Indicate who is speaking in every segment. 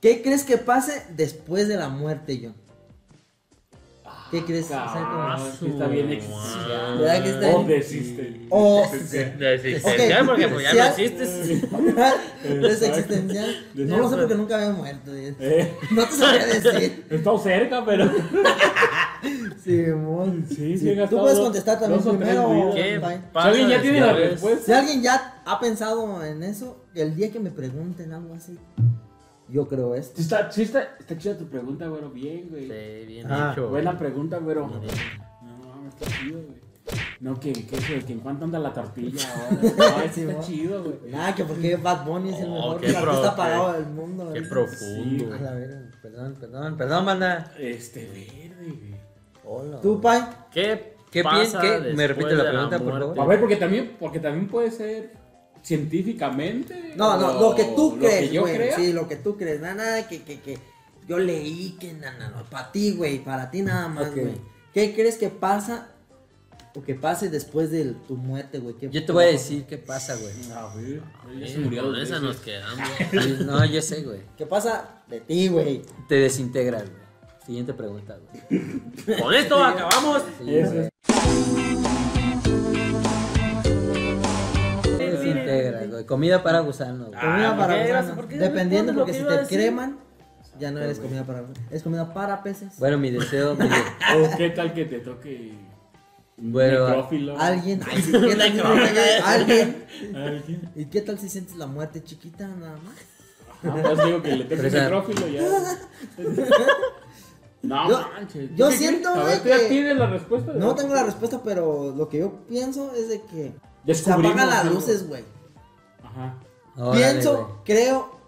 Speaker 1: ¿Qué crees que pase después de la muerte, John? ¿Qué crees? O sea, como-
Speaker 2: Ah,
Speaker 3: Cabazo.
Speaker 2: que está bien
Speaker 3: Wow.
Speaker 1: ¿Verdad que está bien?
Speaker 2: O desiste.
Speaker 1: O-
Speaker 3: De existencial,
Speaker 1: Ok,
Speaker 3: porque pues ya
Speaker 1: sí,
Speaker 3: no
Speaker 1: ah.
Speaker 2: Eh,
Speaker 3: existes.
Speaker 1: ¿Es existencial? No lo sé porque nunca había muerto. güey.
Speaker 2: pues, Eh,
Speaker 1: No te sabría decir.
Speaker 2: he estado cerca, pero.
Speaker 1: Sí, mon.
Speaker 2: Sí,
Speaker 1: Sí,
Speaker 2: sí, he
Speaker 1: Tú
Speaker 2: gastado
Speaker 1: puedes
Speaker 2: dos-
Speaker 1: contestar también
Speaker 2: dos o tres
Speaker 1: primero. o-
Speaker 2: vidas.
Speaker 3: ¿Qué
Speaker 1: Bye.
Speaker 3: pasa
Speaker 2: ¿Alguien ya tiene la
Speaker 3: después?
Speaker 1: Si
Speaker 2: respuesta?
Speaker 1: alguien ya ha pensado en eso, el día que me pregunten algo así, yo creo esto.
Speaker 2: Sí Está, sí está, está chida tu pregunta, güero. Bien, güey.
Speaker 3: Sí, bien
Speaker 1: Ah,
Speaker 3: hecho.
Speaker 2: Buena pregunta, güero. No
Speaker 3: Bien.
Speaker 2: mames, está chido, güey. No, que, que eso, de que en cuánto anda la tortilla ahora. No,
Speaker 1: Sí,
Speaker 2: está
Speaker 1: ¿no?
Speaker 2: chido, güey.
Speaker 1: Nada, que porque Bad Bunny es el
Speaker 3: Oh,
Speaker 1: mejor
Speaker 3: qué
Speaker 1: artista
Speaker 3: pro-
Speaker 1: parado
Speaker 3: qué-
Speaker 1: del mundo.
Speaker 3: Qué
Speaker 1: ahorita.
Speaker 3: profundo.
Speaker 1: A la verga, Perdón, perdón, perdón, banda.
Speaker 2: Este verde,
Speaker 1: ¿Tú, Pai?
Speaker 3: ¿Qué,
Speaker 4: ¿Qué
Speaker 3: pasa
Speaker 4: piensas? ¿Qué? ¿Me repite
Speaker 3: después
Speaker 4: la
Speaker 3: de
Speaker 4: pregunta, por favor?
Speaker 3: muerte?
Speaker 2: güey. A ver, porque también, porque también puede ser científicamente.
Speaker 1: No, no, lo que
Speaker 2: o
Speaker 1: tú
Speaker 2: Lo
Speaker 1: crees,
Speaker 2: que yo
Speaker 1: güey.
Speaker 2: creo.
Speaker 1: Sí, lo que tú crees. Nada, nada, que, que, que. Yo leí que nada, no, para ti, güey. Para ti nada más,
Speaker 2: Ok.
Speaker 1: güey. ¿Qué crees que pasa o que pase después de tu muerte, güey? ¿Qué-
Speaker 4: Yo te voy a decir qué pasa, güey.
Speaker 2: A ver, ya se
Speaker 3: Bien,
Speaker 2: murió
Speaker 3: Con
Speaker 2: dos
Speaker 3: esa nos
Speaker 2: veces.
Speaker 3: quedamos.
Speaker 4: No, yo sé, güey.
Speaker 1: ¿Qué pasa de ti, güey?
Speaker 4: Te desintegras, güey. Siguiente pregunta, güey.
Speaker 3: Con esto acabamos.
Speaker 4: Sí,
Speaker 2: Eso
Speaker 4: güey. Te desintegras, güey. Comida para gusanos, güey.
Speaker 3: Ah,
Speaker 1: Comida
Speaker 3: ¿por
Speaker 1: para
Speaker 3: qué?
Speaker 1: gusano.
Speaker 3: Gracias, ¿por qué?
Speaker 1: Dependiendo,
Speaker 3: Responde lo
Speaker 1: porque
Speaker 3: que
Speaker 1: si
Speaker 3: iba a
Speaker 1: te
Speaker 3: decir.
Speaker 1: creman, ya no eres comida para gusano. Es comida para peces.
Speaker 4: Bueno, mi deseo, mi de-
Speaker 2: O qué tal que te toque. un
Speaker 4: Bueno,
Speaker 2: necrófilo?
Speaker 1: Alguien. Ay, sí, ¿qué tal si te pega alguien?
Speaker 2: Alguien.
Speaker 1: ¿Y qué tal si sientes la muerte chiquita nada más?
Speaker 2: Ah, pues digo que le toque el
Speaker 4: Presa.
Speaker 2: necrófilo ya. No
Speaker 1: Yo-
Speaker 2: manches. ¿Tú
Speaker 1: yo
Speaker 2: qué
Speaker 1: siento,
Speaker 2: crees? A
Speaker 1: güey,
Speaker 2: ver, ¿tú ya
Speaker 1: que-
Speaker 2: tienes la respuesta?
Speaker 1: No tengo la respuesta, pero lo que yo pienso es de que se
Speaker 2: Descubrimos
Speaker 1: apagan las
Speaker 2: algo.
Speaker 1: luces, güey.
Speaker 2: Ajá.
Speaker 4: Órale, güey.
Speaker 1: Pienso, creo,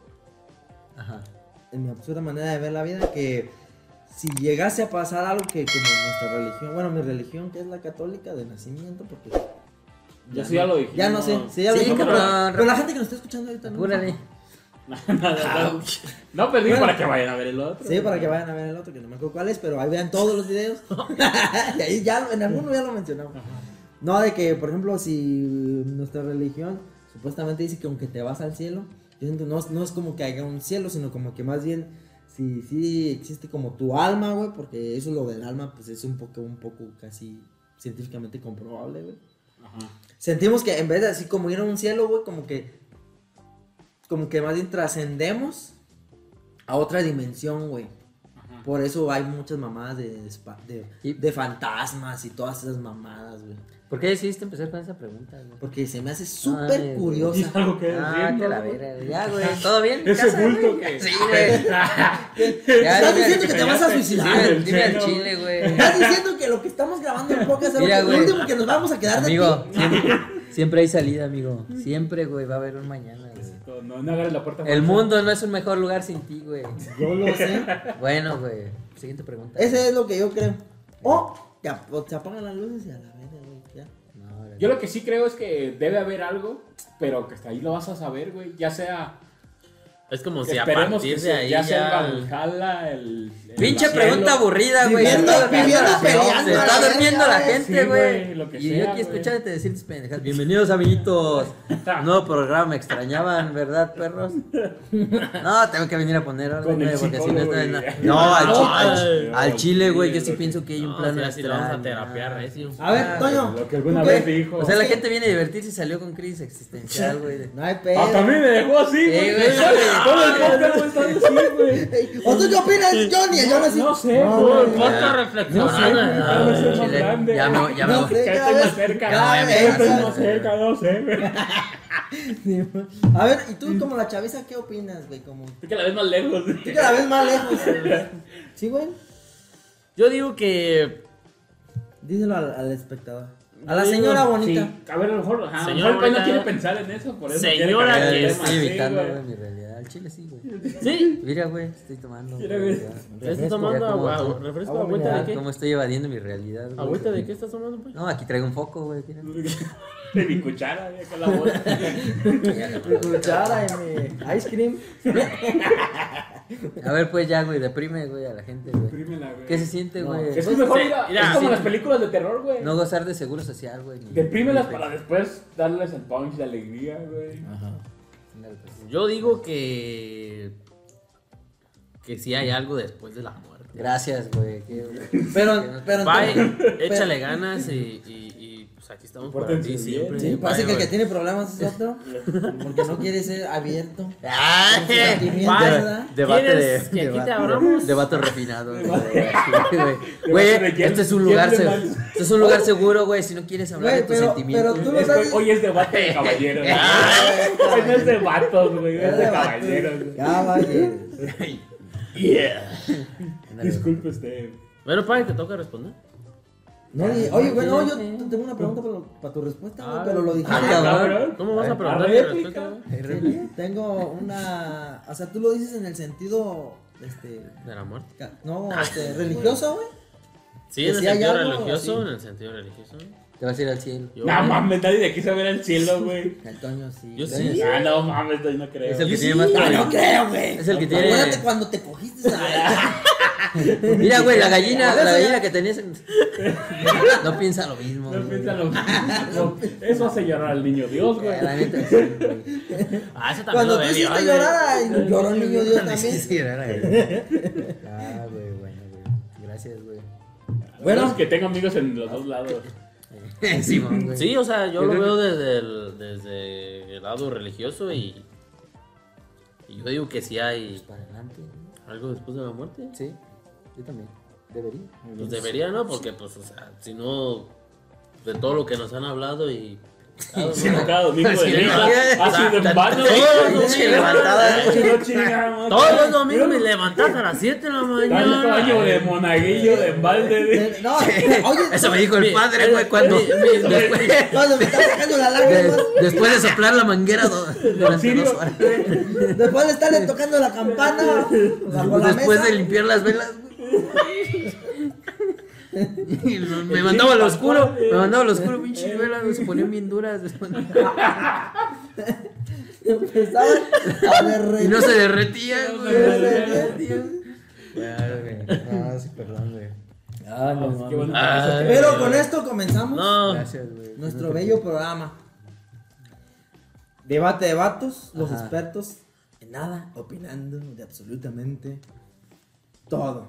Speaker 4: Ajá.
Speaker 1: en mi absurda manera de ver la vida, que si llegase a pasar algo que como nuestra religión, bueno, mi religión que es la católica de nacimiento, porque
Speaker 2: Ya eso ya lo dijimos.
Speaker 1: ya no sé, sí, ya lo
Speaker 4: Sí,
Speaker 1: dije, pero,
Speaker 4: cabrón.
Speaker 1: pero la gente que nos está escuchando ahorita no.
Speaker 4: Apúrale.
Speaker 2: Nada, no. No, pero digo
Speaker 1: Ah, Bueno.
Speaker 2: para que vayan a ver el otro.
Speaker 1: Sí, para que vayan a ver el otro, que no me acuerdo cuál es, pero ahí vean todos los videos. y ahí ya, en alguno ya lo mencionamos. No, de que, por ejemplo, si nuestra religión supuestamente dice que aunque te vas al cielo, yo siento, no, es- no es como que haya un cielo, sino como que más bien, si sí existe como tu alma, güey, porque eso lo del alma, pues es un poco, un poco casi científicamente comprobable, güey.
Speaker 2: Ajá.
Speaker 1: Sentimos que en vez de así como ir a un cielo, güey, como que. Como que más bien trascendemos a otra dimensión, güey.
Speaker 2: Ajá.
Speaker 1: Por eso hay muchas mamadas de, de spa- de,
Speaker 4: Y-
Speaker 1: de fantasmas y todas esas mamadas, güey.
Speaker 4: ¿Por qué decidiste empezar con esa pregunta, güey?
Speaker 1: Porque se me hace
Speaker 4: Ay,
Speaker 1: súper
Speaker 4: güey.
Speaker 1: curiosa.
Speaker 2: ¿Tienes algo que decir?
Speaker 4: Ah, que
Speaker 2: no?
Speaker 4: la verga, güey. Ya, güey. ¿Todo bien? en
Speaker 2: Ese
Speaker 4: casa,
Speaker 2: bulto
Speaker 4: güey?
Speaker 2: que.
Speaker 4: Sí, güey. Ya,
Speaker 1: Estás
Speaker 4: dime-
Speaker 1: diciendo que te vas a suicidar.
Speaker 4: Dime, dime al
Speaker 2: Chino,
Speaker 4: chile, güey.
Speaker 1: Estás diciendo que lo que estamos grabando en podcast es
Speaker 4: Mira,
Speaker 1: lo que-
Speaker 4: güey.
Speaker 1: lo último que nos vamos a quedar de
Speaker 4: Amigo,
Speaker 1: ti.
Speaker 4: siempre, siempre hay salida, amigo. Siempre, güey, va a haber un mañana, güey.
Speaker 2: No, no agarres la puerta.
Speaker 4: El mundo no es un mejor lugar sin ti, güey.
Speaker 2: Yo lo sé.
Speaker 4: Bueno, güey. Siguiente pregunta.
Speaker 1: Pues, ¿eh? Ese es lo que yo creo. O te, ap- o te apagan las luces y a la verga, güey. ya.
Speaker 4: No, ahora-
Speaker 2: Yo lo que sí creo es que debe haber algo, pero que hasta ahí lo vas a saber, güey. Ya sea.
Speaker 3: Es como si a
Speaker 2: Esperemos
Speaker 3: partir
Speaker 2: que
Speaker 3: de
Speaker 2: sea-
Speaker 3: ahí
Speaker 2: ya sea el
Speaker 3: ya.
Speaker 2: Valhalla, el. el
Speaker 4: Pinche
Speaker 2: cielo.
Speaker 4: pregunta aburrida, güey.
Speaker 1: Viviendo-
Speaker 4: Se está-
Speaker 1: viviendo
Speaker 4: se-
Speaker 1: peleando,
Speaker 4: Se está
Speaker 1: a la
Speaker 4: durmiendo
Speaker 1: verga,
Speaker 4: la
Speaker 1: güey.
Speaker 4: gente,
Speaker 2: Sí,
Speaker 4: güey.
Speaker 2: güey, lo que
Speaker 4: y
Speaker 2: sea,
Speaker 4: yo aquí
Speaker 2: güey.
Speaker 4: escuchándote decir tus pendejadas. Bienvenidos, amiguitos. Nuevo programa, me extrañaban, ¿verdad, perros? No, tengo que venir a poner orden,
Speaker 2: Con el
Speaker 4: güey, porque si no
Speaker 2: psicólogo,
Speaker 4: está de nada.
Speaker 2: güey.
Speaker 4: No, al, chi-
Speaker 3: Ay,
Speaker 4: al- al chile, güey, yo sí
Speaker 2: lo que-
Speaker 4: pienso que hay un
Speaker 3: No,
Speaker 4: plano
Speaker 3: sí, así lo vamos a ¿eh?
Speaker 4: astral,
Speaker 3: terapiar,
Speaker 4: nada.
Speaker 3: recio.
Speaker 2: Ah,
Speaker 1: A
Speaker 4: Ah,
Speaker 1: ver, Toño.
Speaker 2: Lo que alguna
Speaker 1: ¿tú qué?
Speaker 2: vez dijo. Ah,
Speaker 4: O sea, la
Speaker 1: Sí.
Speaker 4: gente viene a divertirse y salió con crisis existencial, güey. de-
Speaker 1: No hay pedo.
Speaker 2: Hasta a mí me dejó así, güey.
Speaker 4: güey.
Speaker 2: Todo el podcast me está diciendo, güey.
Speaker 1: ¿O tú qué opinas, Johnny? Yo no sé.
Speaker 2: No sé,
Speaker 1: No,
Speaker 2: güey.
Speaker 1: güey.
Speaker 3: Corta
Speaker 2: No
Speaker 4: Ya.
Speaker 2: sé, güey,
Speaker 3: reflexionada.
Speaker 2: tal vez
Speaker 4: Ay,
Speaker 2: es más
Speaker 4: chile,
Speaker 2: grande.
Speaker 4: ya me voy, ya me
Speaker 1: No
Speaker 4: voy.
Speaker 1: sé.
Speaker 2: Ya estoy este más cerca.
Speaker 1: Cada
Speaker 2: Ya
Speaker 1: vez.
Speaker 2: estoy más cerca, no sé, güey.
Speaker 1: A ver, ¿y tú como la chaviza qué opinas, güey? Como... Tú
Speaker 2: Es que la ves más lejos.
Speaker 1: que la ves más lejos. ¿Sí, güey?
Speaker 3: Yo digo que
Speaker 1: Díselo al, al espectador. A la
Speaker 3: Yo digo,
Speaker 1: señora bonita.
Speaker 2: Sí, a ver, a lo mejor, ajá, a lo
Speaker 3: Señora
Speaker 2: mejor pues, no
Speaker 3: bonita.
Speaker 2: quiere pensar en eso, por eso
Speaker 3: Señora
Speaker 2: quiere cambiar
Speaker 3: que
Speaker 2: el tema,
Speaker 4: Estoy
Speaker 2: sí,
Speaker 4: evitando,
Speaker 2: güey.
Speaker 4: güey, mi realidad. Al chile sí, güey.
Speaker 3: sí.
Speaker 4: Mira, güey, estoy tomando.
Speaker 2: Mira,
Speaker 4: güey,
Speaker 2: güey.
Speaker 4: ya.
Speaker 3: ¿Estás tomando
Speaker 4: Ya como-
Speaker 3: agua? ¿Refresco?
Speaker 1: agua
Speaker 3: ¿Agüita de
Speaker 4: Ya,
Speaker 3: qué?
Speaker 4: ¿Cómo estoy evadiendo mi realidad? güey?
Speaker 3: ¿Agüita de qué estás tomando, pues?
Speaker 4: No, aquí traigo un foco, güey. mira.
Speaker 2: De mi cuchara, de con la bolsa.
Speaker 1: Mi cuchara y mi ice cream.
Speaker 4: A ver, pues ya, güey, deprime, güey, a la gente, güey.
Speaker 2: Imprímela, güey.
Speaker 4: ¿Qué se siente,
Speaker 1: No,
Speaker 4: güey?
Speaker 2: Es que es mejor
Speaker 3: Sí,
Speaker 2: ir a-
Speaker 3: mira,
Speaker 2: es como
Speaker 3: sí.
Speaker 2: las películas de terror, güey.
Speaker 4: No gozar de seguro social, güey. ni-
Speaker 2: Deprímelas
Speaker 4: ni-
Speaker 2: para después darles el punch de alegría, güey.
Speaker 4: Ándale, pues.
Speaker 3: Yo digo que que sí hay algo después de la muerte.
Speaker 4: Gracias, güey. que-
Speaker 1: Pero, pero.
Speaker 3: Bye,
Speaker 1: entonces-
Speaker 3: échale ganas y, y- y, pues aquí estamos por
Speaker 2: Pórtense
Speaker 3: ti
Speaker 2: bien.
Speaker 3: siempre.
Speaker 1: Sí, parece
Speaker 3: Bye,
Speaker 1: que el
Speaker 3: güey.
Speaker 1: que tiene problemas es otro. Porque no quiere ser abierto.
Speaker 4: ¡Ay!
Speaker 1: Sentimientos,
Speaker 4: Deba-
Speaker 1: ¿verdad?
Speaker 4: Debate de.
Speaker 3: ¿Quieres que aquí te
Speaker 4: debate-
Speaker 3: abramos?
Speaker 4: Debate refinado. güey.
Speaker 2: de
Speaker 4: Güey,
Speaker 2: quién-
Speaker 4: este es un
Speaker 2: quién
Speaker 4: lugar
Speaker 2: le
Speaker 4: se-
Speaker 2: manda.
Speaker 4: este es un lugar seguro, güey. Si no quieres hablar
Speaker 1: Güey,
Speaker 4: de tus
Speaker 1: pero-
Speaker 4: sentimientos.
Speaker 1: pero tú-
Speaker 4: güey.
Speaker 1: lo
Speaker 2: Es- hoy,
Speaker 1: sabes.
Speaker 2: hoy es debate de caballeros. ¿no? Hoy no es de vatos, güey. Es de caballeros. güey.
Speaker 1: Caballero.
Speaker 4: Ándale, güey.
Speaker 2: Disculpe usted.
Speaker 3: Bueno, Pai, te toca responder.
Speaker 1: No, y- oye, güey, no, yo t- tengo una pregunta para, lo- para tu respuesta, güey,
Speaker 3: Ah,
Speaker 1: pero lo dije.
Speaker 4: ah, cabrón.
Speaker 3: ¿Cómo vas
Speaker 4: A
Speaker 3: a
Speaker 4: ver,
Speaker 3: preguntar
Speaker 2: la
Speaker 3: de
Speaker 2: réplica.
Speaker 3: respeto, güey?
Speaker 1: Sí, tengo una. O sea, tú lo dices en el sentido. Este.
Speaker 3: De la muerte.
Speaker 1: ca- No,
Speaker 4: Ah,
Speaker 1: este, religioso, güey.
Speaker 3: Sí,
Speaker 1: ¿Que
Speaker 3: en el
Speaker 1: sí hay
Speaker 3: sentido
Speaker 1: algo,
Speaker 3: religioso,
Speaker 1: sí?
Speaker 3: en el sentido religioso.
Speaker 4: Te vas a ir al cielo.
Speaker 3: Yo,
Speaker 2: No mames, nadie de aquí se ver al cielo, güey.
Speaker 1: El Toño sí.
Speaker 3: Yo
Speaker 1: El
Speaker 3: sí.
Speaker 2: Ah, no mames, yo no creo.
Speaker 4: Es el
Speaker 2: Yo
Speaker 4: que
Speaker 2: sí.
Speaker 4: tiene más
Speaker 1: Toño- No
Speaker 4: probabilidades.
Speaker 1: creo, güey.
Speaker 4: Es el que
Speaker 1: Acuérdate
Speaker 4: tiene. Ah,
Speaker 1: cuando te cogiste esa.
Speaker 4: Mira, güey, la gallina,
Speaker 1: Por eso
Speaker 4: la
Speaker 1: ya-
Speaker 4: gallina que tenías. en- No piensa lo mismo.
Speaker 2: No
Speaker 4: güey.
Speaker 2: piensa lo mismo. Eso hace llorar al niño Dios, güey.
Speaker 4: Eh, La neta. sí, güey.
Speaker 3: Ah, eso también
Speaker 1: Cuando
Speaker 3: lo
Speaker 1: tú
Speaker 3: ve Dios,
Speaker 1: hiciste
Speaker 3: güey.
Speaker 1: llorar, ay, lloró el niño Dios también.
Speaker 4: Sí, era, güey. Ah, güey, bueno, güey. Gracias, güey.
Speaker 2: Bueno, que tengo amigos en los dos lados.
Speaker 4: Simón, güey.
Speaker 3: Sí, o sea, yo,
Speaker 4: Yo
Speaker 3: lo
Speaker 4: creo
Speaker 3: veo desde el, desde el lado religioso y, y yo digo que sí hay
Speaker 4: Pues Para adelante. ¿no?
Speaker 3: algo después de la muerte.
Speaker 4: Sí, yo también. Debería.
Speaker 3: Pues debería, ¿no? Porque, pues, o sea, si no, de todo lo que nos han hablado y...
Speaker 2: Sí, no, cada domingo de
Speaker 4: Sí,
Speaker 2: misa.
Speaker 4: ¿qué?
Speaker 2: Ha sido en vano.
Speaker 3: Todos
Speaker 2: güey.
Speaker 3: los
Speaker 4: Sí,
Speaker 3: domingos-
Speaker 4: levantada.
Speaker 2: Sí, no chingamos.
Speaker 3: todos los domingos me levantas a las 7 de la
Speaker 2: Tanto año de
Speaker 3: mañana.
Speaker 2: monaguillo, de embalde. de-
Speaker 1: No, oye.
Speaker 4: Eso me dijo el
Speaker 3: Mira,
Speaker 4: padre, güey, cuando.
Speaker 3: mira, mira,
Speaker 4: después,
Speaker 1: Cuando me estaba sacando la lágrima.
Speaker 4: de- después de soplar la manguera do- durante
Speaker 2: Auxilio.
Speaker 4: dos horas.
Speaker 1: Después de estarle tocando la campana. Bajo la
Speaker 4: Después
Speaker 1: mesa.
Speaker 4: de limpiar las velas, güey. Y Me mandaba al oscuro, me mandaba al oscuro, pinche velas, güey, se ponían bien duras. después-
Speaker 1: Empezaban a derretir.
Speaker 4: Y no se derretían,
Speaker 1: se
Speaker 4: güey.
Speaker 1: derretían.
Speaker 4: No, sí, perdón, güey. Ah,
Speaker 2: no,
Speaker 4: no,
Speaker 2: qué bueno.
Speaker 3: Ah,
Speaker 1: Pero con esto comenzamos
Speaker 3: No,
Speaker 4: Gracias, güey.
Speaker 1: nuestro bello programa. Debate de vatos, los
Speaker 4: Ajá.
Speaker 1: expertos en nada, opinando de absolutamente todo.